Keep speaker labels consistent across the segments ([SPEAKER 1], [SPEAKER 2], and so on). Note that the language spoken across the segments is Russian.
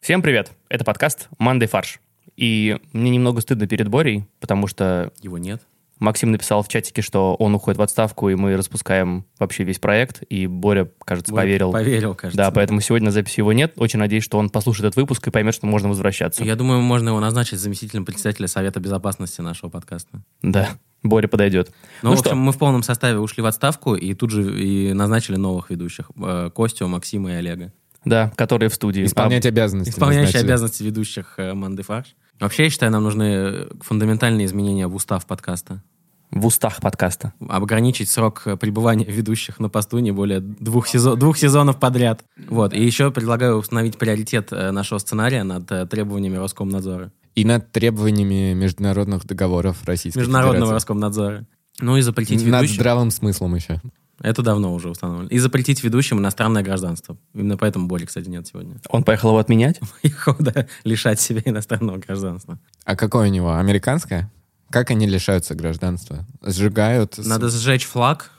[SPEAKER 1] Всем привет! Это подкаст «Мандай фарш». И мне немного стыдно перед Борей, потому что
[SPEAKER 2] Его нет.
[SPEAKER 1] Максим написал в чатике, что он уходит в отставку, и мы распускаем вообще весь проект, и Боря, кажется,
[SPEAKER 2] Боря
[SPEAKER 1] поверил.
[SPEAKER 2] Поверил, кажется.
[SPEAKER 1] Да, поэтому сегодня на записи его нет. Очень надеюсь, что он послушает этот выпуск и поймет, что можно возвращаться.
[SPEAKER 2] Я думаю, можно его назначить заместителем председателя Совета Безопасности нашего подкаста.
[SPEAKER 1] Да, Боря подойдет.
[SPEAKER 2] Но,
[SPEAKER 1] Ну
[SPEAKER 2] в
[SPEAKER 1] что?
[SPEAKER 2] общем, мы в полном составе ушли в отставку и тут же и назначили новых ведущих. э, Костю, Максима и Олега.
[SPEAKER 1] Да, которые в студии. а
[SPEAKER 3] Исполнять обязанности.
[SPEAKER 2] Исполняющие
[SPEAKER 3] назначили.
[SPEAKER 2] обязанности ведущих э, Манды Фарш. Вообще, я считаю, нам нужны э, фундаментальные изменения в устав подкаста.
[SPEAKER 1] А, в устах подкаста.
[SPEAKER 2] Обграничить срок э, пребывания ведущих на посту не более двух, сезон- двух сезонов подряд. Вот. И еще предлагаю установить приоритет э, нашего сценария над э, требованиями Роскомнадзора.
[SPEAKER 3] И над требованиями международных договоров Российской
[SPEAKER 2] Международного
[SPEAKER 3] Федерации.
[SPEAKER 2] Роскомнадзора. Ну и запретить
[SPEAKER 3] Над
[SPEAKER 2] ведущим.
[SPEAKER 3] здравым смыслом еще.
[SPEAKER 2] Это давно уже установлено. И запретить ведущим иностранное гражданство. Именно поэтому Боли, кстати, нет сегодня.
[SPEAKER 1] Он поехал его отменять?
[SPEAKER 2] Их, да, лишать себя иностранного гражданства.
[SPEAKER 3] А какое у него? Американское? Как они лишаются гражданства? Сжигают? с-
[SPEAKER 2] Надо сжечь флаг,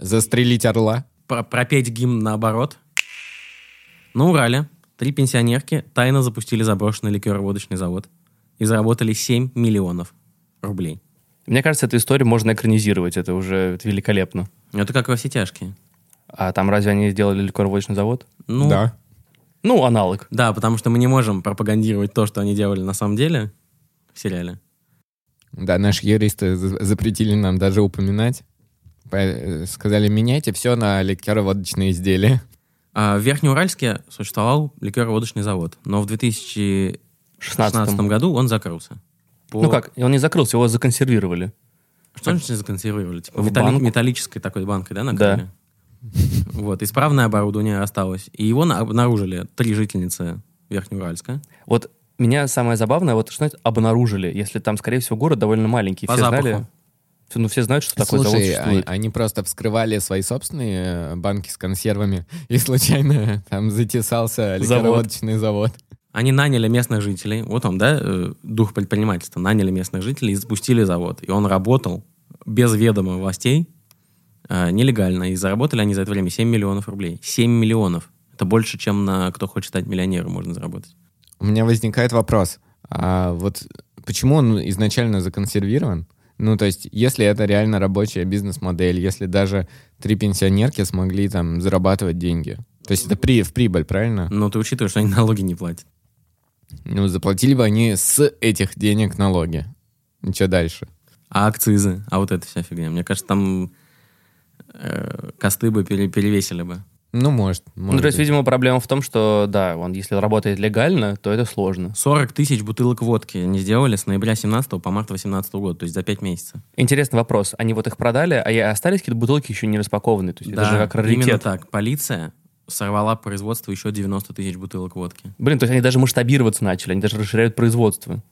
[SPEAKER 3] Застрелить орла?
[SPEAKER 2] про- пропеть гимн наоборот. На Урале три пенсионерки тайно запустили заброшенный ликероводочный завод и заработали 7 миллионов рублей.
[SPEAKER 1] Мне кажется, эту историю можно экранизировать. Это уже это великолепно.
[SPEAKER 2] Это как во все тяжкие.
[SPEAKER 1] А там разве они сделали ликероводочный завод?
[SPEAKER 2] Ну,
[SPEAKER 3] Да.
[SPEAKER 1] Ну, аналог.
[SPEAKER 2] да, потому что мы не можем пропагандировать то, что они делали на самом деле в сериале.
[SPEAKER 3] Да, наши юристы за- запретили нам даже упоминать. По- э, Сказали, меняйте все на ликероводочные изделия.
[SPEAKER 2] А, В Верхнеуральске существовал ликероводочный завод, но в 2016
[SPEAKER 1] 16
[SPEAKER 2] году он закрылся. По-
[SPEAKER 1] Ну как, он не закрылся, его законсервировали.
[SPEAKER 2] Что значит законсервировали? Типа
[SPEAKER 1] В
[SPEAKER 2] металли-
[SPEAKER 1] банку.
[SPEAKER 2] металлической такой банкой, да, накрыли? Вот, исправное оборудование осталось. И его на- обнаружили три жительницы Верхнеуральска.
[SPEAKER 1] Вот меня самое забавное, вот что это обнаружили, если там, скорее всего, город довольно маленький.
[SPEAKER 2] По
[SPEAKER 1] все
[SPEAKER 2] запаху.
[SPEAKER 1] знали, все, ну все знают, что такой завод
[SPEAKER 3] Слушай, а-
[SPEAKER 1] существует.
[SPEAKER 3] они просто вскрывали свои собственные э, банки с консервами и случайно э, там затесался ликероводочный завод.
[SPEAKER 2] Они наняли местных жителей. Вот он, да, э, дух предпринимательства. Наняли местных жителей и запустили завод. И он работал без ведома властей э, нелегально. И заработали они за это время 7 миллионов рублей. 7 миллионов. Это больше, чем на «Кто хочет стать миллионером» можно заработать.
[SPEAKER 3] У меня возникает вопрос. А вот почему он изначально законсервирован? Ну, то есть, если это реально рабочая бизнес-модель, если даже три пенсионерки смогли там зарабатывать деньги. То есть это при, в прибыль, правильно?
[SPEAKER 2] Но ты учитываешь, что они налоги не платят.
[SPEAKER 3] Ну, заплатили бы они с этих денег налоги. Ничего дальше.
[SPEAKER 2] А акцизы, а вот эта вся фигня. Мне кажется, там э, косты бы пере- перевесили бы.
[SPEAKER 3] Ну, может.
[SPEAKER 1] Ну,
[SPEAKER 3] может
[SPEAKER 1] то есть,
[SPEAKER 3] быть.
[SPEAKER 1] видимо, проблема в том, что, да, он, если работает легально, то это сложно.
[SPEAKER 2] 40 тысяч бутылок водки они сделали с ноября 17 по март 18 года, то есть за 5 месяцев.
[SPEAKER 1] Интересный вопрос. Они вот их продали, а я- остались какие-то бутылки еще не распакованные? То есть это же как
[SPEAKER 2] именно
[SPEAKER 1] раритет.
[SPEAKER 2] так. Полиция сорвала производство еще 90 тысяч бутылок водки.
[SPEAKER 1] Блин, то есть они даже масштабироваться начали, они даже расширяют производство.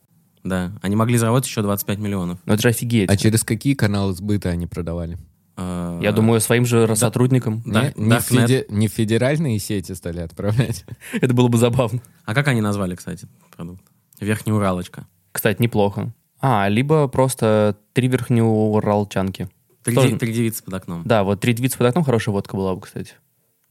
[SPEAKER 2] Да, они могли заработать еще 25 миллионов.
[SPEAKER 1] Ну это же офигеть.
[SPEAKER 3] А через какие каналы сбыта они продавали?
[SPEAKER 2] Э,
[SPEAKER 1] Я думаю, своим же сотрудникам.
[SPEAKER 2] Да,
[SPEAKER 3] не, не в
[SPEAKER 2] Darknet.
[SPEAKER 3] феде- не в федеральные сети стали отправлять?
[SPEAKER 1] Это было бы забавно.
[SPEAKER 2] А как они назвали, кстати, этот продукт? Верхняя Уралочка.
[SPEAKER 1] Кстати, неплохо. А, либо просто три верхнеуралчанки.
[SPEAKER 2] Три,
[SPEAKER 1] Тоже-
[SPEAKER 2] де- три девицы под окном.
[SPEAKER 1] Да, вот три девицы под окном хорошая водка была бы, кстати.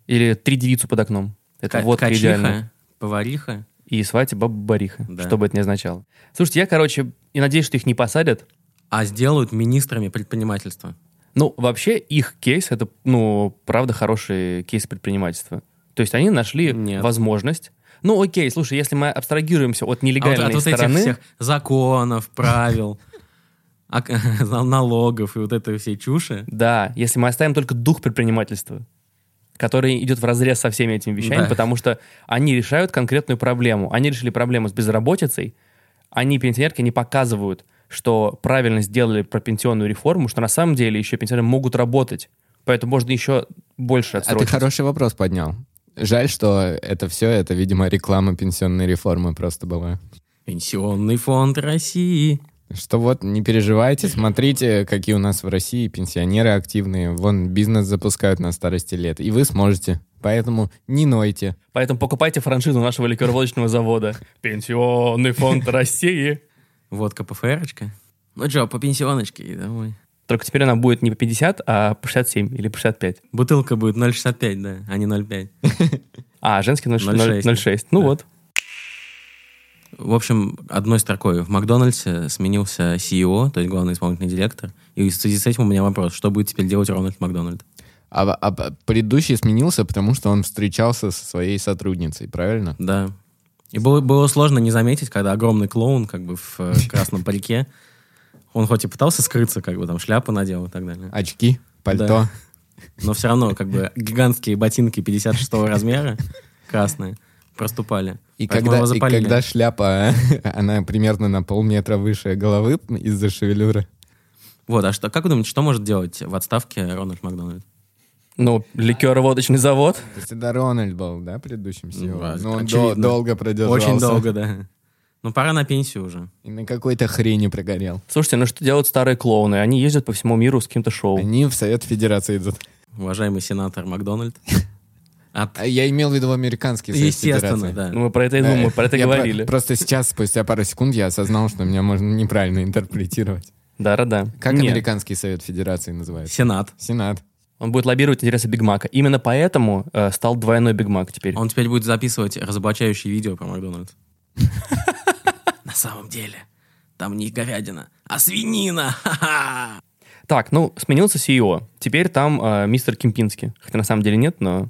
[SPEAKER 1] Или три девицы под окном. Это
[SPEAKER 2] Ка-
[SPEAKER 1] водка
[SPEAKER 2] ткачиха,
[SPEAKER 1] идеально.
[SPEAKER 2] повариха.
[SPEAKER 1] И свати баба Бариха,
[SPEAKER 2] Да.
[SPEAKER 1] что бы это ни означало. Слушайте, я, короче, и надеюсь, что их не посадят.
[SPEAKER 2] А сделают министрами предпринимательства. А
[SPEAKER 1] Ну, вообще, их кейс — это, ну, правда, хороший кейс предпринимательства. То есть они нашли
[SPEAKER 2] Нет.
[SPEAKER 1] возможность. Ну, окей, слушай, если мы абстрагируемся от нелегальной
[SPEAKER 2] а вот, от вот
[SPEAKER 1] стороны...
[SPEAKER 2] этих всех законов, правил, ак- налогов и вот этой всей чуши.
[SPEAKER 1] Да, если мы оставим только дух предпринимательства, который идет в разрез со всеми этими вещами,
[SPEAKER 2] Да.
[SPEAKER 1] потому что они решают конкретную проблему. Они решили проблему с безработицей, они, пенсионерки, не показывают, что правильно сделали про пенсионную реформу, что на самом деле еще пенсионеры могут работать. Поэтому можно еще больше
[SPEAKER 3] А ты
[SPEAKER 1] отсрочить.
[SPEAKER 3] хороший вопрос поднял. Жаль, что это все, это, видимо, реклама пенсионной реформы просто была.
[SPEAKER 2] Пенсионный фонд России.
[SPEAKER 3] Что вот, не переживайте, смотрите, какие у нас в России пенсионеры активные. Вон, бизнес запускают на старости лет. И вы сможете. Поэтому не нойте.
[SPEAKER 1] Поэтому покупайте франшизу нашего ликероводочного завода. Пенсионный фонд России.
[SPEAKER 2] Водка ПФРочка. Ну что, по пенсионочке и домой.
[SPEAKER 1] Только теперь она будет не по 50, а по 67 или по 65.
[SPEAKER 2] Бутылка будет 0,65, да, а не 0,5.
[SPEAKER 1] А, женский 0,6.
[SPEAKER 2] 0,6.
[SPEAKER 1] 0,6. Ну
[SPEAKER 2] Да.
[SPEAKER 1] вот.
[SPEAKER 2] В общем, одной строкой. В Макдональдсе сменился CEO, то есть главный исполнительный директор. И в связи с этим у меня вопрос, что будет теперь делать Рональд Макдональд?
[SPEAKER 3] А, а п- предыдущий сменился, потому что он встречался со своей сотрудницей, правильно?
[SPEAKER 2] Да. И было, было сложно не заметить, когда огромный клоун как бы в э, красном парике, он хоть и пытался скрыться, как бы там шляпу надел и так далее,
[SPEAKER 3] Очки, пальто.
[SPEAKER 2] Да. но все равно как бы гигантские ботинки 56 размера, красные, проступали.
[SPEAKER 3] И
[SPEAKER 2] Поэтому
[SPEAKER 3] когда,
[SPEAKER 2] его
[SPEAKER 3] и
[SPEAKER 2] запалили.
[SPEAKER 3] когда шляпа, она примерно на полметра выше головы из-за шевелюры.
[SPEAKER 2] Вот, а что, как вы думаете, что может делать в отставке Рональд Макдональд?
[SPEAKER 1] Ну, ликероводочный завод.
[SPEAKER 3] То есть это Рональд был, да,
[SPEAKER 2] Ну,
[SPEAKER 3] предыдущим CEO?
[SPEAKER 2] раз-
[SPEAKER 3] Ну, он
[SPEAKER 2] очевидно.
[SPEAKER 3] дол- долго продержался.
[SPEAKER 2] Очень долго, да. Ну, пора на пенсию уже.
[SPEAKER 3] И на какой-то хрени прогорел.
[SPEAKER 1] Слушайте, ну что делают старые клоуны? Они ездят по всему миру с каким-то шоу.
[SPEAKER 3] Они в Совет Федерации идут.
[SPEAKER 2] Уважаемый сенатор Макдональд. От-
[SPEAKER 3] А Я имел в виду американский Совет
[SPEAKER 2] Естественно,
[SPEAKER 3] Федерации.
[SPEAKER 2] да.
[SPEAKER 1] Ну, мы про это и
[SPEAKER 3] Да.
[SPEAKER 1] думаем, мы про это
[SPEAKER 3] Я про-
[SPEAKER 1] говорили.
[SPEAKER 3] просто сейчас, спустя пару секунд, я осознал, что меня можно неправильно интерпретировать.
[SPEAKER 1] Да, да, да.
[SPEAKER 3] Как
[SPEAKER 1] Нет,
[SPEAKER 3] американский Совет Федерации называется?
[SPEAKER 2] Сенат.
[SPEAKER 3] Сенат.
[SPEAKER 1] он будет лоббировать интересы Биг Мака. Именно поэтому э, стал двойной Биг Мак теперь.
[SPEAKER 2] Он теперь будет записывать разоблачающие видео про Макдональдс. На самом деле, там не говядина, а свинина. Ха-ха!
[SPEAKER 1] Так, ну, сменился CEO. Теперь там э, мистер Кимпинский. Хотя на самом деле нет, но...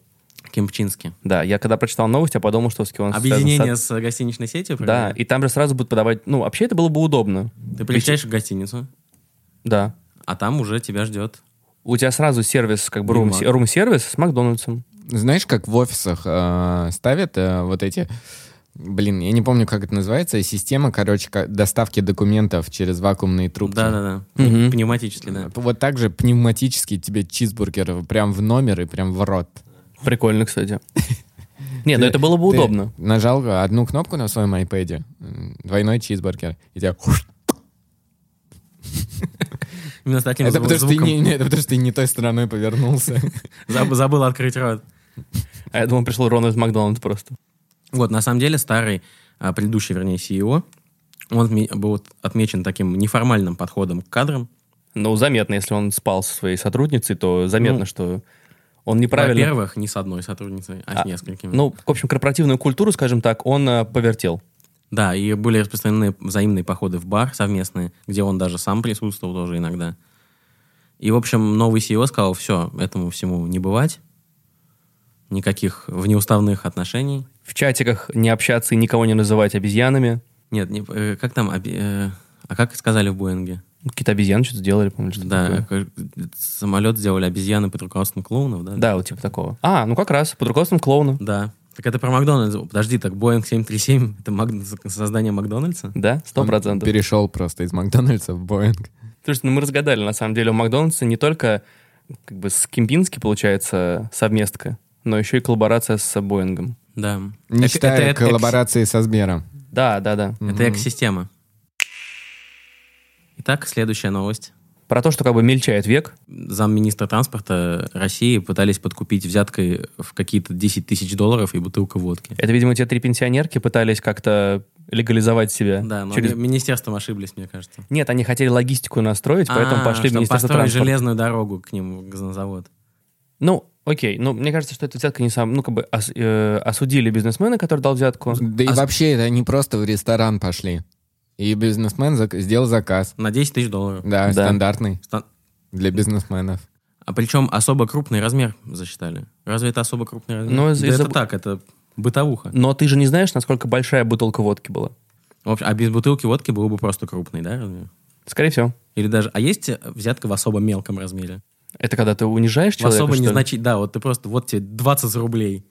[SPEAKER 2] Кимпчински.
[SPEAKER 3] Ну,
[SPEAKER 1] Да, я когда прочитал новость, я подумал, что он связан с-
[SPEAKER 2] Объединение с гостиничной сетью?
[SPEAKER 1] Да,
[SPEAKER 2] провели?
[SPEAKER 1] и там же сразу будут подавать... Ну, вообще это было бы удобно.
[SPEAKER 2] Ты прилетаешь в гостиницу,
[SPEAKER 1] Да.
[SPEAKER 2] а там уже тебя ждет.
[SPEAKER 1] У тебя сразу сервис, как бы
[SPEAKER 2] Биг
[SPEAKER 1] рум-
[SPEAKER 2] Мак.
[SPEAKER 1] рум-сервис с Макдональдсом.
[SPEAKER 3] Знаешь, как в офисах э, ставят э, вот эти, блин, я не помню, как это называется, система, короче, ка- доставки документов через вакуумные трубки.
[SPEAKER 2] Да-да-да.
[SPEAKER 1] Мгм.
[SPEAKER 2] Пневматически, да.
[SPEAKER 3] Вот так же пневматически тебе чизбургер прям в номер и прям в рот.
[SPEAKER 1] Прикольно, кстати. Нет, ну
[SPEAKER 3] Ты-
[SPEAKER 1] это было бы
[SPEAKER 3] ты
[SPEAKER 1] удобно.
[SPEAKER 3] Нажал одну кнопку на своем iPad, м, двойной чизбургер, и тебя... хуш.
[SPEAKER 2] Именно с таким
[SPEAKER 3] Это
[SPEAKER 2] зву-
[SPEAKER 3] потому, что ты
[SPEAKER 2] звуком.
[SPEAKER 3] не, не, это потому, что ты не той стороной повернулся.
[SPEAKER 2] Заб- Забыл открыть рот.
[SPEAKER 1] А я думал, пришел Рональд Макдональд просто.
[SPEAKER 2] Вот, на самом деле, старый, а, предыдущий, вернее, CEO, он отме- был отмечен таким неформальным подходом к кадрам.
[SPEAKER 1] Ну, заметно, если он спал со своей сотрудницей, то заметно,
[SPEAKER 2] Ну,
[SPEAKER 1] что он неправильно...
[SPEAKER 2] Во-первых, не с одной сотрудницей, а, с
[SPEAKER 1] А,
[SPEAKER 2] несколькими.
[SPEAKER 1] Ну, в общем, корпоративную культуру, скажем так, он э, повертел.
[SPEAKER 2] Да, и были распространены взаимные походы в бар совместные, где он даже сам присутствовал тоже иногда. И, в общем, новый CEO сказал, все, этому всему не бывать, никаких внеуставных отношений.
[SPEAKER 1] В чатиках не общаться и никого не называть обезьянами.
[SPEAKER 2] Нет, не- э, как там, обе- э, а как сказали в Боинге?
[SPEAKER 1] Какие-то обезьяны что-то сделали, помню, что
[SPEAKER 2] Да,
[SPEAKER 1] такое.
[SPEAKER 2] как- самолет сделали обезьяны под руководством клоунов, да?
[SPEAKER 1] Да, вот типа такого. А, ну как раз, под руководством клоуна.
[SPEAKER 2] Да. Так это про Макдональдс. Подожди, так Боинг 737 — это Мак- создание Макдональдса?
[SPEAKER 1] Да, сто
[SPEAKER 3] Он
[SPEAKER 1] процентов.
[SPEAKER 3] Перешел просто из Макдональдса в Боинг.
[SPEAKER 1] Слушайте, ну мы разгадали, на самом деле, у Макдональдса не только как бы с Кимпински, получается, совместка, но еще и коллаборация с Боингом.
[SPEAKER 2] Да.
[SPEAKER 3] Не
[SPEAKER 2] Эк-
[SPEAKER 3] считая
[SPEAKER 2] это- это
[SPEAKER 3] коллаборации со Сбером.
[SPEAKER 1] Да, да, да.
[SPEAKER 2] экс- Это экосистема. Итак, следующая новость.
[SPEAKER 1] Про то, что как бы мельчает век.
[SPEAKER 2] Замминистра транспорта России пытались подкупить взяткой в какие-то 10 тысяч долларов и бутылка водки.
[SPEAKER 1] Это, видимо, те три пенсионерки пытались как-то легализовать себя.
[SPEAKER 2] Да, но
[SPEAKER 1] через-
[SPEAKER 2] они министерством ошиблись, мне кажется.
[SPEAKER 1] Нет, они хотели логистику настроить, поэтому
[SPEAKER 2] А,
[SPEAKER 1] пошли в
[SPEAKER 2] чтобы
[SPEAKER 1] Министерство
[SPEAKER 2] построить
[SPEAKER 1] транспорта.
[SPEAKER 2] железную дорогу к ним, к на завод.
[SPEAKER 1] Ну, окей. Ну, мне кажется, что эта взятка не сам... Ну, как бы ос- э, осудили бизнесмена, который дал взятку.
[SPEAKER 3] Да и
[SPEAKER 2] А с-
[SPEAKER 3] вообще, это они просто в ресторан пошли. И бизнесмен зак- сделал заказ.
[SPEAKER 2] На 10 тысяч долларов.
[SPEAKER 3] Да,
[SPEAKER 1] Да.
[SPEAKER 3] стандартный
[SPEAKER 2] Стан-
[SPEAKER 3] для бизнесменов.
[SPEAKER 2] А причем особо крупный размер засчитали. Разве это особо крупный размер?
[SPEAKER 1] Ну, из-
[SPEAKER 2] Да
[SPEAKER 1] из-за
[SPEAKER 2] это
[SPEAKER 1] бу-
[SPEAKER 2] так, это бытовуха.
[SPEAKER 1] Но ты же не знаешь, насколько большая бутылка водки была.
[SPEAKER 2] В общем, а без бутылки водки был бы просто крупный, да, размер?
[SPEAKER 1] Скорее всего.
[SPEAKER 2] Или даже, а есть э, взятка в особо мелком размере?
[SPEAKER 1] Это когда ты унижаешь
[SPEAKER 2] В
[SPEAKER 1] человека,
[SPEAKER 2] особо
[SPEAKER 1] что ли?
[SPEAKER 2] незначительном, да, вот ты просто, вот тебе 20 рублей.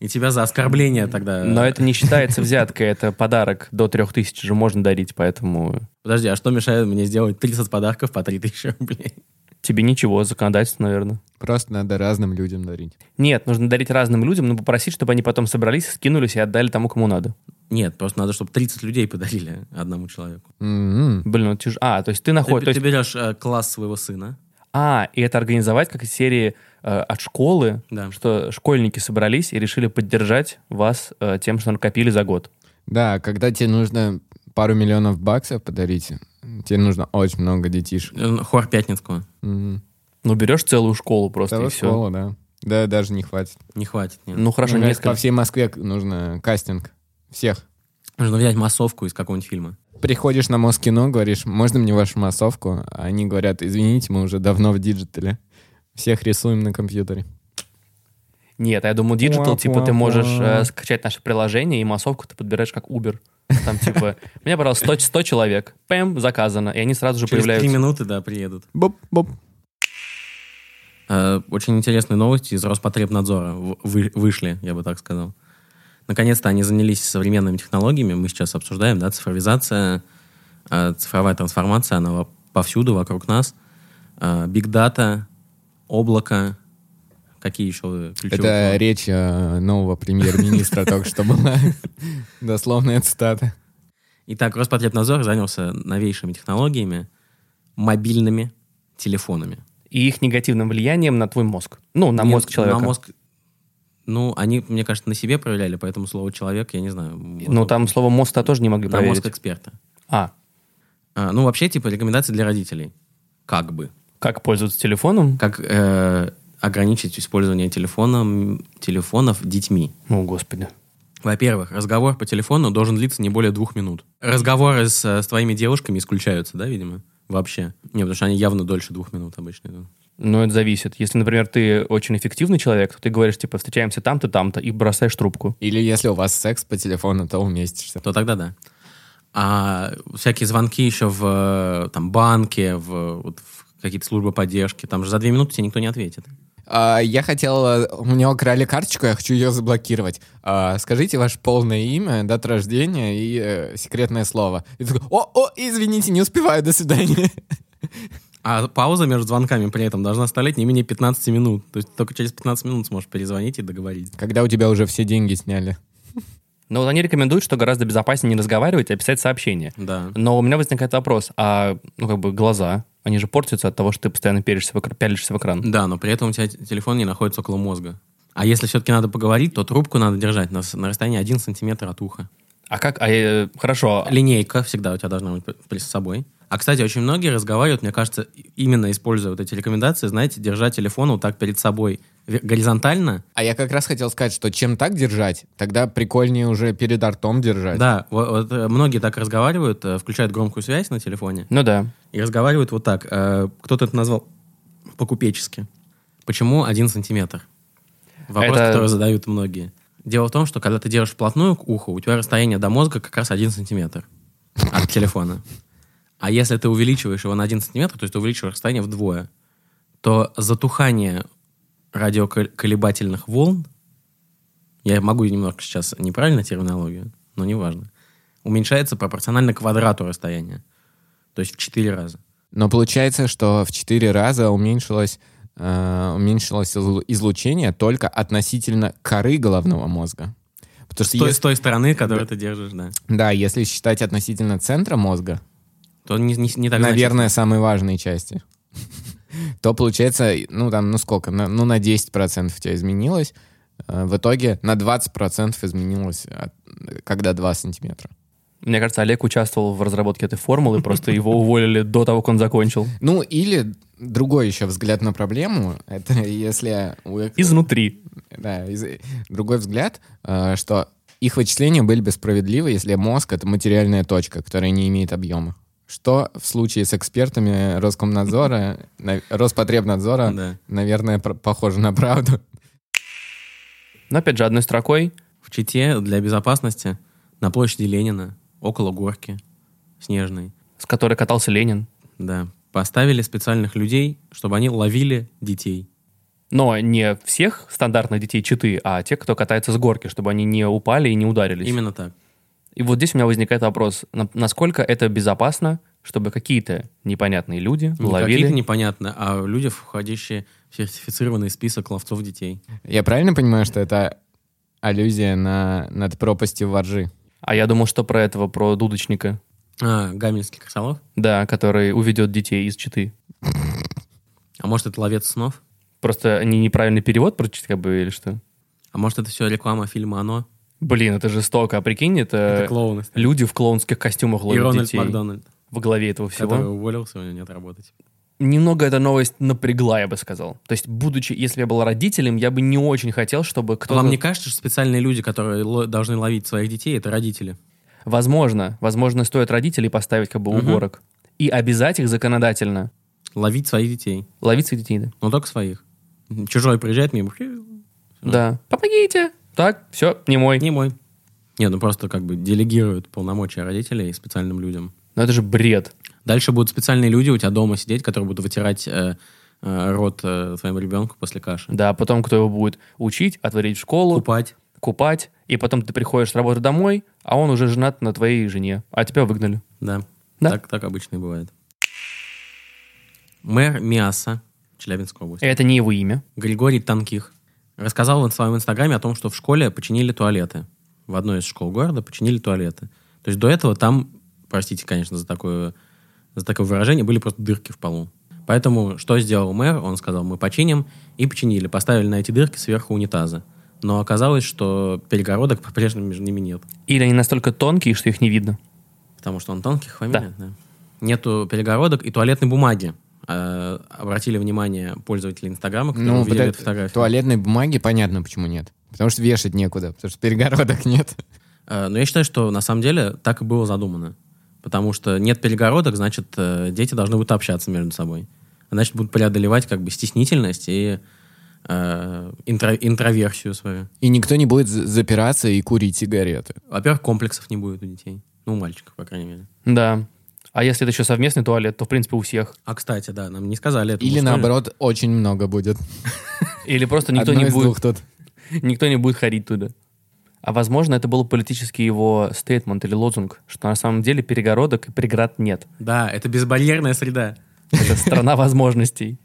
[SPEAKER 2] И тебя за оскорбление тогда...
[SPEAKER 1] Но это не считается взяткой, это подарок до 3000 же можно дарить, поэтому
[SPEAKER 2] Подожди, а что мешает мне сделать 30 подарков по 3000 рублей?
[SPEAKER 1] тебе ничего, законодательство, наверное.
[SPEAKER 3] Просто надо разным людям дарить.
[SPEAKER 1] Нет, нужно дарить разным людям, но попросить, чтобы они потом собрались, скинулись и отдали тому, кому надо.
[SPEAKER 2] Нет, просто надо, чтобы 30 людей подарили одному человеку.
[SPEAKER 3] М-м.
[SPEAKER 1] Блин, ну это ж- А, то есть ты
[SPEAKER 2] Ты,
[SPEAKER 1] находишь... то
[SPEAKER 2] ты
[SPEAKER 1] есть-
[SPEAKER 2] берешь э, класс своего сына,
[SPEAKER 1] А, и это организовать как из серии э, от школы,
[SPEAKER 2] Да.
[SPEAKER 1] что школьники собрались и решили поддержать вас э, тем, что накопили за год.
[SPEAKER 3] Да, когда тебе нужно пару миллионов баксов подарить, тебе нужно очень много детишек.
[SPEAKER 2] э, хор Пятницкого.
[SPEAKER 3] М.
[SPEAKER 1] Ну, берешь целую школу просто
[SPEAKER 3] Того
[SPEAKER 1] и все.
[SPEAKER 3] слова, да. Да, даже не хватит.
[SPEAKER 2] Не хватит, нет.
[SPEAKER 1] Ну, хорошо,
[SPEAKER 3] Мне кажется,
[SPEAKER 1] несколько.
[SPEAKER 3] По всей Москве нужно кастинг всех.
[SPEAKER 2] Нужно взять массовку из какого-нибудь фильма.
[SPEAKER 3] Приходишь на Москино, говоришь, можно мне вашу массовку? А Они говорят, извините, мы уже давно в диджитале. Всех рисуем на компьютере.
[SPEAKER 1] Нет, а я думал, диджитал, типа, ты
[SPEAKER 3] Уа-уа-уа.
[SPEAKER 1] можешь э, скачать наше приложение, и массовку ты подбираешь как Uber. Там, типа, мне, пожалуйста, 100, 100 человек, пэм, заказано, и они сразу же
[SPEAKER 2] Через три
[SPEAKER 1] появляются.
[SPEAKER 2] минуты, да, приедут.
[SPEAKER 3] Боп-боп.
[SPEAKER 2] Э, Очень интересные новости из Роспотребнадзора в- вы- вышли, я бы так сказал. Наконец-то они занялись современными технологиями. Мы сейчас обсуждаем, да, цифровизация, э, цифровая трансформация, она во- повсюду вокруг нас. Бигдата, облако, какие еще ключевые?
[SPEAKER 3] Это
[SPEAKER 2] слова?
[SPEAKER 3] речь э, нового премьер-министра только что была. Дословная цитата.
[SPEAKER 2] Итак, Роспотребнадзор занялся новейшими технологиями, мобильными телефонами.
[SPEAKER 1] И их негативным влиянием на твой мозг. Ну, на
[SPEAKER 2] Нет,
[SPEAKER 1] мозг человека.
[SPEAKER 2] На мозг. Ну, они, мне кажется, на себе проверяли, поэтому слово человек, я не знаю.
[SPEAKER 1] Ну, там слово мозг-то тоже не могли
[SPEAKER 2] на мозг
[SPEAKER 1] проверить.
[SPEAKER 2] эксперта.
[SPEAKER 1] А,
[SPEAKER 2] А, ну, вообще, типа, рекомендации для родителей. Как бы.
[SPEAKER 1] как пользоваться телефоном?
[SPEAKER 2] Как э, ограничить использование телефоном, телефонов детьми.
[SPEAKER 1] Ну, господи.
[SPEAKER 2] Во-первых, разговор по телефону должен длиться не более двух минут. Разговоры с, э, с твоими девушками исключаются, да, видимо? Вообще. Не, потому что они явно дольше двух минут обычно идут.
[SPEAKER 1] Ну, это зависит. Если, например, ты очень эффективный человек, то ты говоришь, типа, встречаемся там-то, там-то, и бросаешь трубку.
[SPEAKER 3] Или если у вас секс по телефону, то уместишься.
[SPEAKER 2] то тогда да. А всякие звонки еще в э, там, банке, в, вот в какие-то службы поддержки, там же за две минуты тебе никто не ответит.
[SPEAKER 3] А, я хотел... э, У меня украли карточку, я хочу ее заблокировать. А, скажите ваше полное имя, дату рождения и э, секретное слово. И ты такой, о, о, извините, не успеваю, до свидания.
[SPEAKER 2] А пауза между звонками при этом должна составлять не менее 15 минут. То есть ты только через 15 минут сможешь перезвонить и договориться.
[SPEAKER 3] Когда у тебя уже все деньги сняли.
[SPEAKER 1] Но вот они рекомендуют, что гораздо безопаснее не разговаривать, а писать сообщение.
[SPEAKER 2] Да.
[SPEAKER 1] Но у меня возникает вопрос, а, ну, как бы, глаза, они же портятся от того, что ты постоянно пялишься в экра- пялишься в экран.
[SPEAKER 2] Да, но при этом у тебя т- телефон не находится около мозга. А если все-таки надо поговорить, то трубку надо держать на, с- на расстоянии 1 сантиметр от уха.
[SPEAKER 1] А как, а, э, хорошо,
[SPEAKER 2] Линейка всегда у тебя должна быть п- при с собой. А, кстати, очень многие разговаривают, мне кажется, и- именно используя вот эти рекомендации, знаете, держа телефон вот так перед собой ве- горизонтально.
[SPEAKER 3] А я как раз хотел сказать, что чем так держать, тогда прикольнее уже перед ртом держать.
[SPEAKER 2] Да, во- вот, э, многие так разговаривают, э, включают громкую связь на телефоне
[SPEAKER 1] ну да.
[SPEAKER 2] и разговаривают вот так. Э, Кто-то это назвал по-купечески. Почему один сантиметр? Вопрос,
[SPEAKER 1] Это-
[SPEAKER 2] который задают многие. Дело в том, что когда ты держишь вплотную к уху, у тебя расстояние до мозга как раз один сантиметр от телефона. А если ты увеличиваешь его на один сантиметр, то есть ты увеличиваешь расстояние вдвое, то затухание радиоколебательных волн, я могу немножко сейчас неправильно терминологию, но неважно, уменьшается пропорционально квадрату расстояния. То есть в четыре раза.
[SPEAKER 3] Но получается, что в 4 раза уменьшилось, э, уменьшилось излу- излучение только относительно коры головного мозга. Потому
[SPEAKER 2] С
[SPEAKER 3] что,
[SPEAKER 2] той, с
[SPEAKER 3] ес-
[SPEAKER 2] той стороны, которую ты держишь, да.
[SPEAKER 3] да, если считать относительно центра мозга,
[SPEAKER 2] То не, не- не так
[SPEAKER 3] наверное, самой важной части, то получается, ну там, ну сколько, на- ну на 10% у тебя изменилось, Э, в итоге на 20% изменилось, от- когда 2 сантиметра.
[SPEAKER 1] Мне кажется, Олег участвовал в разработке этой формулы, просто его уволили до того, как он закончил.
[SPEAKER 3] Ну или другой еще взгляд на проблему, это если... у эк-
[SPEAKER 1] Изнутри.
[SPEAKER 3] Да, из- другой взгляд, э, что их вычисления были бы справедливы, если мозг — это материальная точка, которая не имеет объема. Что в случае с экспертами Роскомнадзора, на- Роспотребнадзора,
[SPEAKER 2] Да.
[SPEAKER 3] наверное, пр- похоже на правду.
[SPEAKER 1] Но опять же, одной строкой.
[SPEAKER 2] В Чите для безопасности на площади Ленина, около горки снежной,
[SPEAKER 1] с которой катался Ленин.
[SPEAKER 2] да, поставили специальных людей, чтобы они ловили детей.
[SPEAKER 1] Но не всех стандартных детей читы, а тех, кто катается с горки, чтобы они не упали и не ударились.
[SPEAKER 2] Именно так.
[SPEAKER 1] И вот здесь у меня возникает вопрос, на- насколько это безопасно, чтобы какие-то непонятные люди
[SPEAKER 2] Не
[SPEAKER 1] ловили...
[SPEAKER 2] Ну, Какие-то непонятно, а люди, входящие в сертифицированный список ловцов детей.
[SPEAKER 3] Я правильно понимаю, что это аллюзия на над пропастью воржи?
[SPEAKER 1] А я думал, что про этого, про дудочника,
[SPEAKER 2] А, Гамельский крысолов?
[SPEAKER 1] да, который уведет детей из читы.
[SPEAKER 2] А может, это ловец снов?
[SPEAKER 1] Просто они неправильный перевод прочитали, как бы, или что?
[SPEAKER 2] А может, это все реклама фильма «Оно»?
[SPEAKER 1] Блин, это жестоко, а прикинь, это,
[SPEAKER 2] Это клоуны.
[SPEAKER 1] люди в клоунских костюмах
[SPEAKER 2] И
[SPEAKER 1] ловят
[SPEAKER 2] Рональд
[SPEAKER 1] детей
[SPEAKER 2] Макдональд,
[SPEAKER 1] во главе этого всего.
[SPEAKER 2] который уволился, у него нет работать.
[SPEAKER 1] немного эта новость напрягла, я бы сказал. То есть, будучи, если я был родителем, я бы не
[SPEAKER 2] А
[SPEAKER 1] очень хотел, чтобы кто-то...
[SPEAKER 2] Вам не кажется, что специальные люди, которые ло- должны ловить своих детей, это родители?
[SPEAKER 1] Возможно, возможно, стоит родителей поставить как бы у
[SPEAKER 2] Мгм.
[SPEAKER 1] горок и обязать их законодательно
[SPEAKER 2] Ловить своих детей.
[SPEAKER 1] ловить своих детей.
[SPEAKER 2] Но только своих. Чужой приезжает мне, Ну.
[SPEAKER 1] Да. Помогите. Так, все, не мой.
[SPEAKER 2] не мой. Не, ну просто как бы делегируют полномочия родителей специальным людям.
[SPEAKER 1] Но это же бред.
[SPEAKER 2] Дальше будут специальные люди у тебя дома сидеть, которые будут вытирать э, э, рот э, твоему ребенку после каши.
[SPEAKER 1] Да, потом кто его будет учить, отводить в школу,
[SPEAKER 2] Купать.
[SPEAKER 1] купать, и потом ты приходишь с работы домой, а он уже женат на твоей жене, а тебя выгнали.
[SPEAKER 2] Да.
[SPEAKER 1] Да.
[SPEAKER 2] Так, так обычно и бывает. Мэр Миаса, Челябинской области,
[SPEAKER 1] Это не его имя.
[SPEAKER 2] Григорий Танких, рассказал в своем инстаграме о том, что в школе починили туалеты. В одной из школ города починили туалеты. То есть до этого там, простите, конечно, за такое, за такое выражение, были просто дырки в полу. Поэтому что сделал мэр? Он сказал, мы починим, и починили. Поставили на эти дырки сверху унитазы. Но оказалось, что перегородок по-прежнему между ними нет.
[SPEAKER 1] Или они настолько тонкие, что их не видно.
[SPEAKER 2] Потому что он тонких фамилия, да. Нету перегородок и туалетной бумаги. Э, обратили внимание пользователи Инстаграма, которые
[SPEAKER 3] Ну, вот
[SPEAKER 2] увидели
[SPEAKER 3] это-
[SPEAKER 2] эту фотографию.
[SPEAKER 3] туалетной бумаги понятно, почему нет. Потому что вешать некуда, потому что перегородок нет.
[SPEAKER 2] Э, но я считаю, что на самом деле так и было задумано. Потому что нет перегородок, значит, э, дети должны будут общаться между собой. Значит, будут преодолевать как бы стеснительность и э, интро- интроверсию свою.
[SPEAKER 3] И никто не будет за- запираться и курить сигареты.
[SPEAKER 2] Во-первых, комплексов не будет у детей. Ну, у мальчиков, по крайней мере.
[SPEAKER 1] Да. А если это еще совместный туалет, то, в принципе, у всех.
[SPEAKER 2] А, кстати, да, нам не сказали это.
[SPEAKER 3] Или
[SPEAKER 2] мы сказали.
[SPEAKER 3] наоборот, очень много будет.
[SPEAKER 1] Или просто никто
[SPEAKER 3] Одно
[SPEAKER 1] не
[SPEAKER 3] из
[SPEAKER 1] будет
[SPEAKER 3] двух тут.
[SPEAKER 1] никто не будет ходить туда. А возможно, это был политический его стейтмент или лозунг, что на самом деле перегородок и преград нет.
[SPEAKER 2] Да, это безбарьерная среда.
[SPEAKER 1] Это страна возможностей.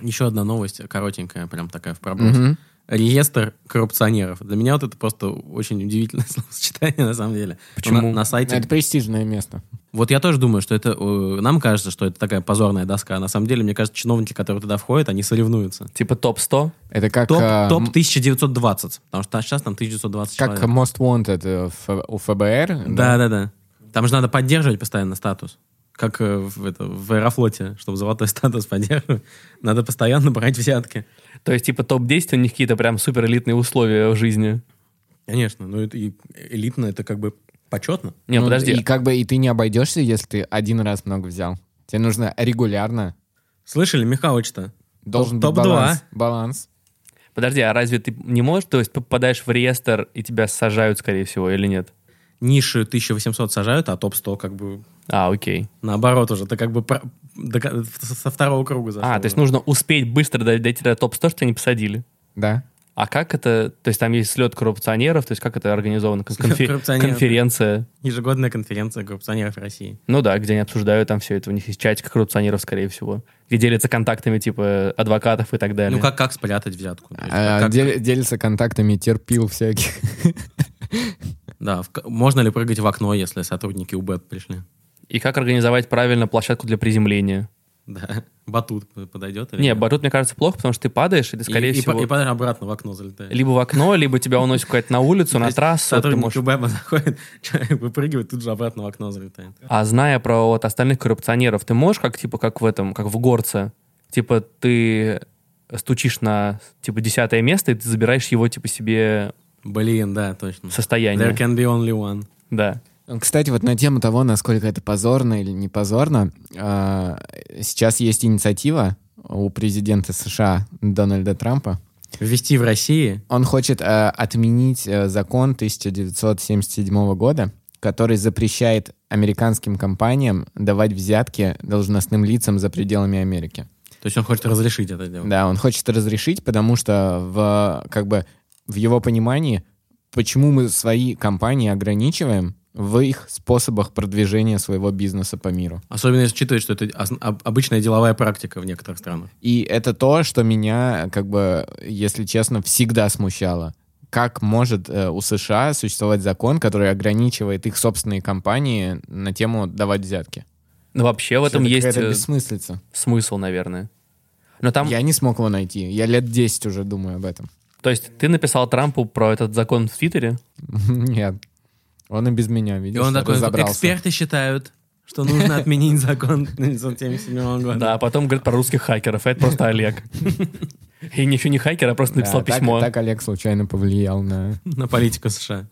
[SPEAKER 2] Еще одна новость, коротенькая, прям такая в проброс.
[SPEAKER 3] Мгм.
[SPEAKER 2] Реестр коррупционеров. Для меня вот это просто очень удивительное словосочетание, на самом деле.
[SPEAKER 1] Почему?
[SPEAKER 2] На, на сайте.
[SPEAKER 3] Это престижное место.
[SPEAKER 2] Вот я тоже думаю, что это... э, Нам кажется, что это такая позорная доска. а На самом деле, мне кажется, чиновники, которые туда входят, они соревнуются.
[SPEAKER 1] Типа топ-100.
[SPEAKER 3] Это как,
[SPEAKER 2] Топ,
[SPEAKER 3] а,
[SPEAKER 2] топ
[SPEAKER 3] м-
[SPEAKER 2] 1920. Потому что сейчас там 1920
[SPEAKER 3] как
[SPEAKER 2] человек.
[SPEAKER 3] Most Wanted э, ф- у ФБР.
[SPEAKER 2] Да-да-да. Там же надо поддерживать постоянно статус. Как э, в, это, в аэрофлоте, чтобы золотой статус поддерживать. Надо постоянно брать взятки.
[SPEAKER 1] То есть, типа, топ-10 у них какие-то прям супер элитные условия в жизни.
[SPEAKER 2] Конечно, ну это и элитно, это как бы почетно.
[SPEAKER 1] Не,
[SPEAKER 3] Ну,
[SPEAKER 1] подожди. а,
[SPEAKER 3] И как бы и ты не обойдешься, если ты один раз много взял. Тебе нужно регулярно.
[SPEAKER 2] Слышали, Михалыч-то?
[SPEAKER 3] Должен
[SPEAKER 2] Топ-
[SPEAKER 3] быть
[SPEAKER 2] топ-два.
[SPEAKER 3] баланс. Баланс.
[SPEAKER 1] Подожди, а разве ты не можешь? То есть, попадаешь в реестр, и тебя сажают, скорее всего, или нет?
[SPEAKER 2] Ниши 1800 сажают, а топ-100 как бы
[SPEAKER 1] А, окей.
[SPEAKER 2] наоборот уже. Ты как бы про- дока- со второго круга зашел.
[SPEAKER 1] А, то есть нужно успеть быстро до- дойти до топ-100, что не посадили.
[SPEAKER 3] Да.
[SPEAKER 1] А как это... То есть, там есть слет коррупционеров, то есть, как это организовано? Кон- конфе-
[SPEAKER 2] коррупционеров.
[SPEAKER 1] Конференция.
[SPEAKER 2] Ежегодная конференция коррупционеров России.
[SPEAKER 1] Ну да, где они обсуждают там все это. У них есть чатик коррупционеров, скорее всего. Где делятся контактами, типа, адвокатов и так далее.
[SPEAKER 2] Ну как, как спрятать взятку? То есть,
[SPEAKER 3] А,
[SPEAKER 2] как-
[SPEAKER 3] дел- делится контактами терпил всяких.
[SPEAKER 2] да, в к- можно ли прыгать в окно, если сотрудники УБЭП пришли?
[SPEAKER 1] И как организовать правильно площадку для приземления.
[SPEAKER 2] Да. Батут п- подойдет? или
[SPEAKER 1] Не,
[SPEAKER 2] нет?
[SPEAKER 1] батут, мне кажется, плохо, потому что ты падаешь, и ты, скорее
[SPEAKER 2] и, и по-
[SPEAKER 1] всего,
[SPEAKER 2] И, потом обратно в окно залетает.
[SPEAKER 1] либо в окно, либо тебя уносит куда-то на улицу,
[SPEAKER 2] То
[SPEAKER 1] на
[SPEAKER 2] есть
[SPEAKER 1] трассу. ты
[SPEAKER 2] Сотрудник
[SPEAKER 1] можешь-
[SPEAKER 2] УБЭПа заходит, человек выпрыгивает, тут же обратно в окно залетает.
[SPEAKER 1] А зная про вот остальных коррупционеров, ты можешь как, типа, как в этом, как в горце, типа, ты стучишь на, типа, десятое место, и ты забираешь его, типа, себе
[SPEAKER 2] Блин, да, точно.
[SPEAKER 1] состояние.
[SPEAKER 2] There can be only one.
[SPEAKER 1] Да.
[SPEAKER 3] Ну, Кстати, вот на тему того, насколько это позорно или не позорно, а, сейчас есть инициатива у президента США Дональда Трампа.
[SPEAKER 2] Ввести в России
[SPEAKER 3] Он хочет э, отменить э, закон 1977 года, который запрещает американским компаниям давать взятки должностным лицам за пределами Америки.
[SPEAKER 2] То есть он хочет разрешить это дело.
[SPEAKER 3] Да, он хочет разрешить, потому что в, как бы, в его понимании, почему мы свои компании ограничиваем в их способах продвижения своего бизнеса по миру.
[SPEAKER 2] Особенно если учитывать, что это ос- об- обычная деловая практика в некоторых странах.
[SPEAKER 3] И это то, что меня, как бы, если честно, всегда смущало. Как может э, у США существовать закон, который ограничивает их собственные компании на тему давать взятки?
[SPEAKER 1] Но вообще в этом
[SPEAKER 3] Это
[SPEAKER 1] есть
[SPEAKER 3] какая-то
[SPEAKER 1] э,
[SPEAKER 3] бессмыслица.
[SPEAKER 1] смысл, наверное. Но там...
[SPEAKER 3] Я не смог его найти. Я лет 10 уже думаю об этом.
[SPEAKER 1] То есть ты написал Трампу про этот закон в Твиттере?
[SPEAKER 3] Нет. Он и без меня,
[SPEAKER 2] И
[SPEAKER 3] видишь,
[SPEAKER 2] он такой,
[SPEAKER 3] разобрался.
[SPEAKER 2] эксперты считают, что нужно отменить закон 1977 года.
[SPEAKER 1] Да, а потом говорит про русских хакеров. Это просто Олег. И ничего не хакер, а просто написал
[SPEAKER 3] Да, так-
[SPEAKER 1] письмо.
[SPEAKER 3] Так, Олег случайно повлиял на...
[SPEAKER 2] На политику США.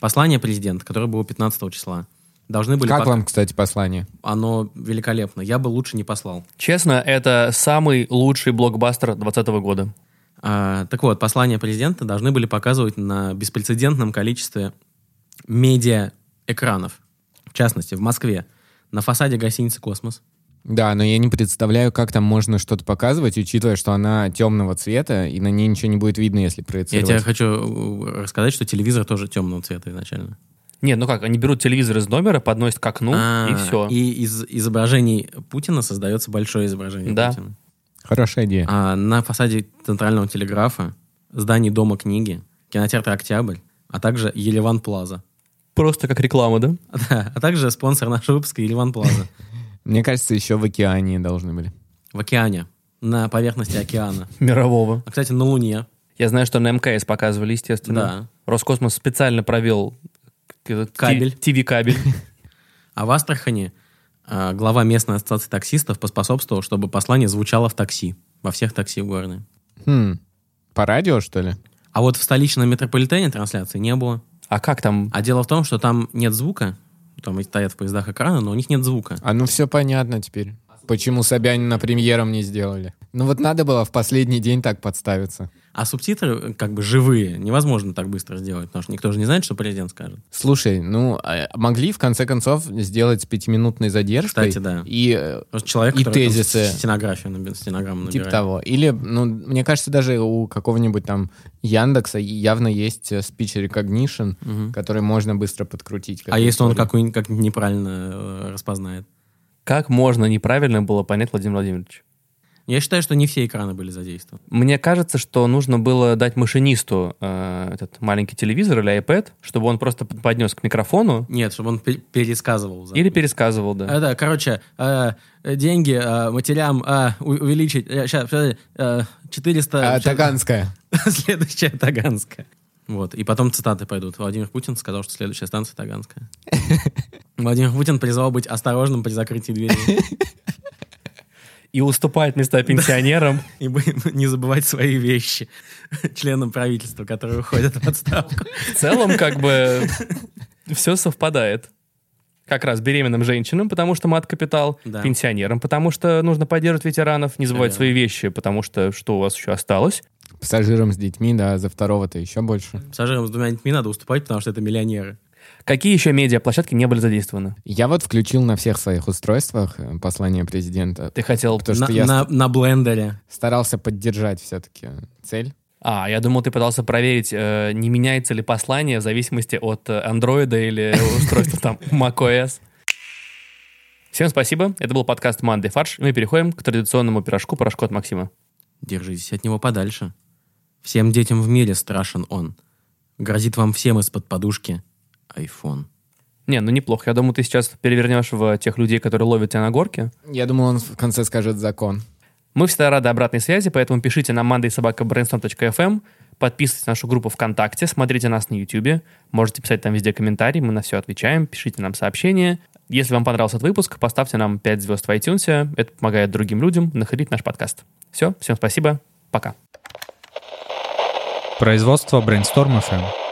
[SPEAKER 2] Послание президента, которое было 15 числа, должны были...
[SPEAKER 3] Как
[SPEAKER 2] пока-
[SPEAKER 3] вам, кстати, послание?
[SPEAKER 2] Оно великолепно. Я бы лучше не послал.
[SPEAKER 1] Честно, это самый лучший блокбастер 2020 года.
[SPEAKER 2] А, так вот, послание президента должны были показывать на беспрецедентном количестве медиа-экранов. В частности, в Москве на фасаде гостиницы «Космос».
[SPEAKER 3] Да, но я не представляю, как там можно что-то показывать, учитывая, что она темного цвета, и на ней ничего не будет видно, если
[SPEAKER 2] Я
[SPEAKER 3] проецировать.
[SPEAKER 2] тебе хочу э, рассказать, что телевизор тоже темного цвета изначально.
[SPEAKER 1] Нет, ну как, они берут телевизор из номера, подносят к окну,
[SPEAKER 2] А,
[SPEAKER 1] и все.
[SPEAKER 2] И из изображений Путина создается большое изображение
[SPEAKER 1] Да.
[SPEAKER 2] Путина.
[SPEAKER 3] Хорошая идея.
[SPEAKER 2] А на фасаде Центрального телеграфа, зданий Дома книги, кинотеатра «Октябрь», а также «Елеван Плаза».
[SPEAKER 1] Просто как реклама, да?
[SPEAKER 2] Да, а также спонсор нашего выпуска «Елеван Плаза»
[SPEAKER 3] Мне кажется, еще в океане должны были.
[SPEAKER 2] в океане, на поверхности океана.
[SPEAKER 1] Мирового.
[SPEAKER 2] А, кстати, на Луне.
[SPEAKER 1] Я знаю, что на МКС показывали, естественно.
[SPEAKER 2] Да.
[SPEAKER 1] Роскосмос специально провел
[SPEAKER 2] Кабель.
[SPEAKER 1] ТВ-кабель.
[SPEAKER 2] А в Астрахани а, глава местной ассоциации таксистов поспособствовал, чтобы послание звучало в такси, во всех такси в городе.
[SPEAKER 3] Хм, по радио, что ли?
[SPEAKER 2] А вот в столичном метрополитене трансляции не было.
[SPEAKER 1] А как там?
[SPEAKER 2] А дело в том, что там нет звука, там и стоят в поездах экраны, но у них нет звука.
[SPEAKER 3] А ну все понятно теперь. Почему Собянина премьером не сделали? Ну вот надо было в последний день так подставиться.
[SPEAKER 2] А субтитры э, как бы живые, невозможно так быстро сделать, потому что никто же не знает, что президент скажет.
[SPEAKER 3] Слушай, ну а могли в конце концов сделать с пятиминутной задержкой.
[SPEAKER 2] Кстати, да.
[SPEAKER 3] И э,
[SPEAKER 2] Просто человек,
[SPEAKER 3] И
[SPEAKER 2] который там
[SPEAKER 3] тезисы.
[SPEAKER 2] с- стенографию наби- стенограмму
[SPEAKER 3] типа
[SPEAKER 2] набирает.
[SPEAKER 3] того. Или, ну, мне кажется, даже у какого-нибудь там Яндекса явно есть э, спич recognition,
[SPEAKER 2] Мгм.
[SPEAKER 3] который можно быстро подкрутить. к
[SPEAKER 2] А
[SPEAKER 3] этой
[SPEAKER 2] если он
[SPEAKER 3] истории.
[SPEAKER 2] какой-нибудь как неправильно э, распознает?
[SPEAKER 1] Как можно неправильно было понять Владимир Владимирович?
[SPEAKER 2] Я считаю, что не все экраны были задействованы.
[SPEAKER 1] Мне кажется, что нужно было дать машинисту э, этот маленький телевизор или iPad, чтобы он просто поднес к микрофону
[SPEAKER 2] Нет, чтобы он пе- пересказывал. запись.
[SPEAKER 1] или пересказывал, да.
[SPEAKER 2] А, да, короче, э, э, деньги э, матерям э, у- увеличить. Сейчас, 400...
[SPEAKER 3] А, Таганская.
[SPEAKER 2] Следующая Таганская. Вот, и потом цитаты пойдут. Владимир Путин сказал, что следующая станция Таганская. Владимир Путин призвал быть осторожным при закрытии двери
[SPEAKER 1] И уступает места пенсионерам.
[SPEAKER 2] и бы- не забывать свои вещи членам правительства, которые уходят в отставку.
[SPEAKER 1] В целом, как бы, все совпадает. Как раз беременным женщинам, потому что мат-капитал,
[SPEAKER 2] Да.
[SPEAKER 1] пенсионерам, потому что нужно поддерживать ветеранов, не забывать
[SPEAKER 2] Верно.
[SPEAKER 1] свои вещи, потому что что у вас еще осталось.
[SPEAKER 3] Пассажирам с детьми, да, за второго-то еще больше.
[SPEAKER 2] Пассажирам с двумя детьми надо уступать, потому что это миллионеры.
[SPEAKER 1] Какие еще медиаплощадки не были задействованы?
[SPEAKER 3] Я вот включил на всех своих устройствах э, послание президента.
[SPEAKER 1] Ты хотел...
[SPEAKER 3] Потому что
[SPEAKER 2] на,
[SPEAKER 3] я
[SPEAKER 2] на- на блендере.
[SPEAKER 3] старался поддержать все-таки цель.
[SPEAKER 1] А, я думал, ты пытался проверить, э, не меняется ли послание в зависимости от э, андроида или устройства там macOS. Всем спасибо. Это был подкаст «Манды фарш». И мы переходим к традиционному пирожку «Порошку от Максима».
[SPEAKER 2] Держитесь от него подальше. Всем детям в мире страшен он. Грозит вам всем из-под подушки iPhone.
[SPEAKER 1] Не, ну неплохо. Я думаю, ты сейчас перевернешь в тех людей, которые ловят тебя на горке.
[SPEAKER 3] Я думал, он в конце скажет закон.
[SPEAKER 1] Мы всегда рады обратной связи, поэтому пишите на mandaysobakabrainstorm.fm, эм, подписывайтесь на нашу группу ВКонтакте, смотрите нас на YouTube, можете писать там везде комментарии, мы на все отвечаем, пишите нам сообщения. Если вам понравился этот выпуск, поставьте нам 5 звезд в iTunes, это помогает другим людям находить наш подкаст. Все, всем спасибо, пока.
[SPEAKER 4] Производство Brainstorm FM.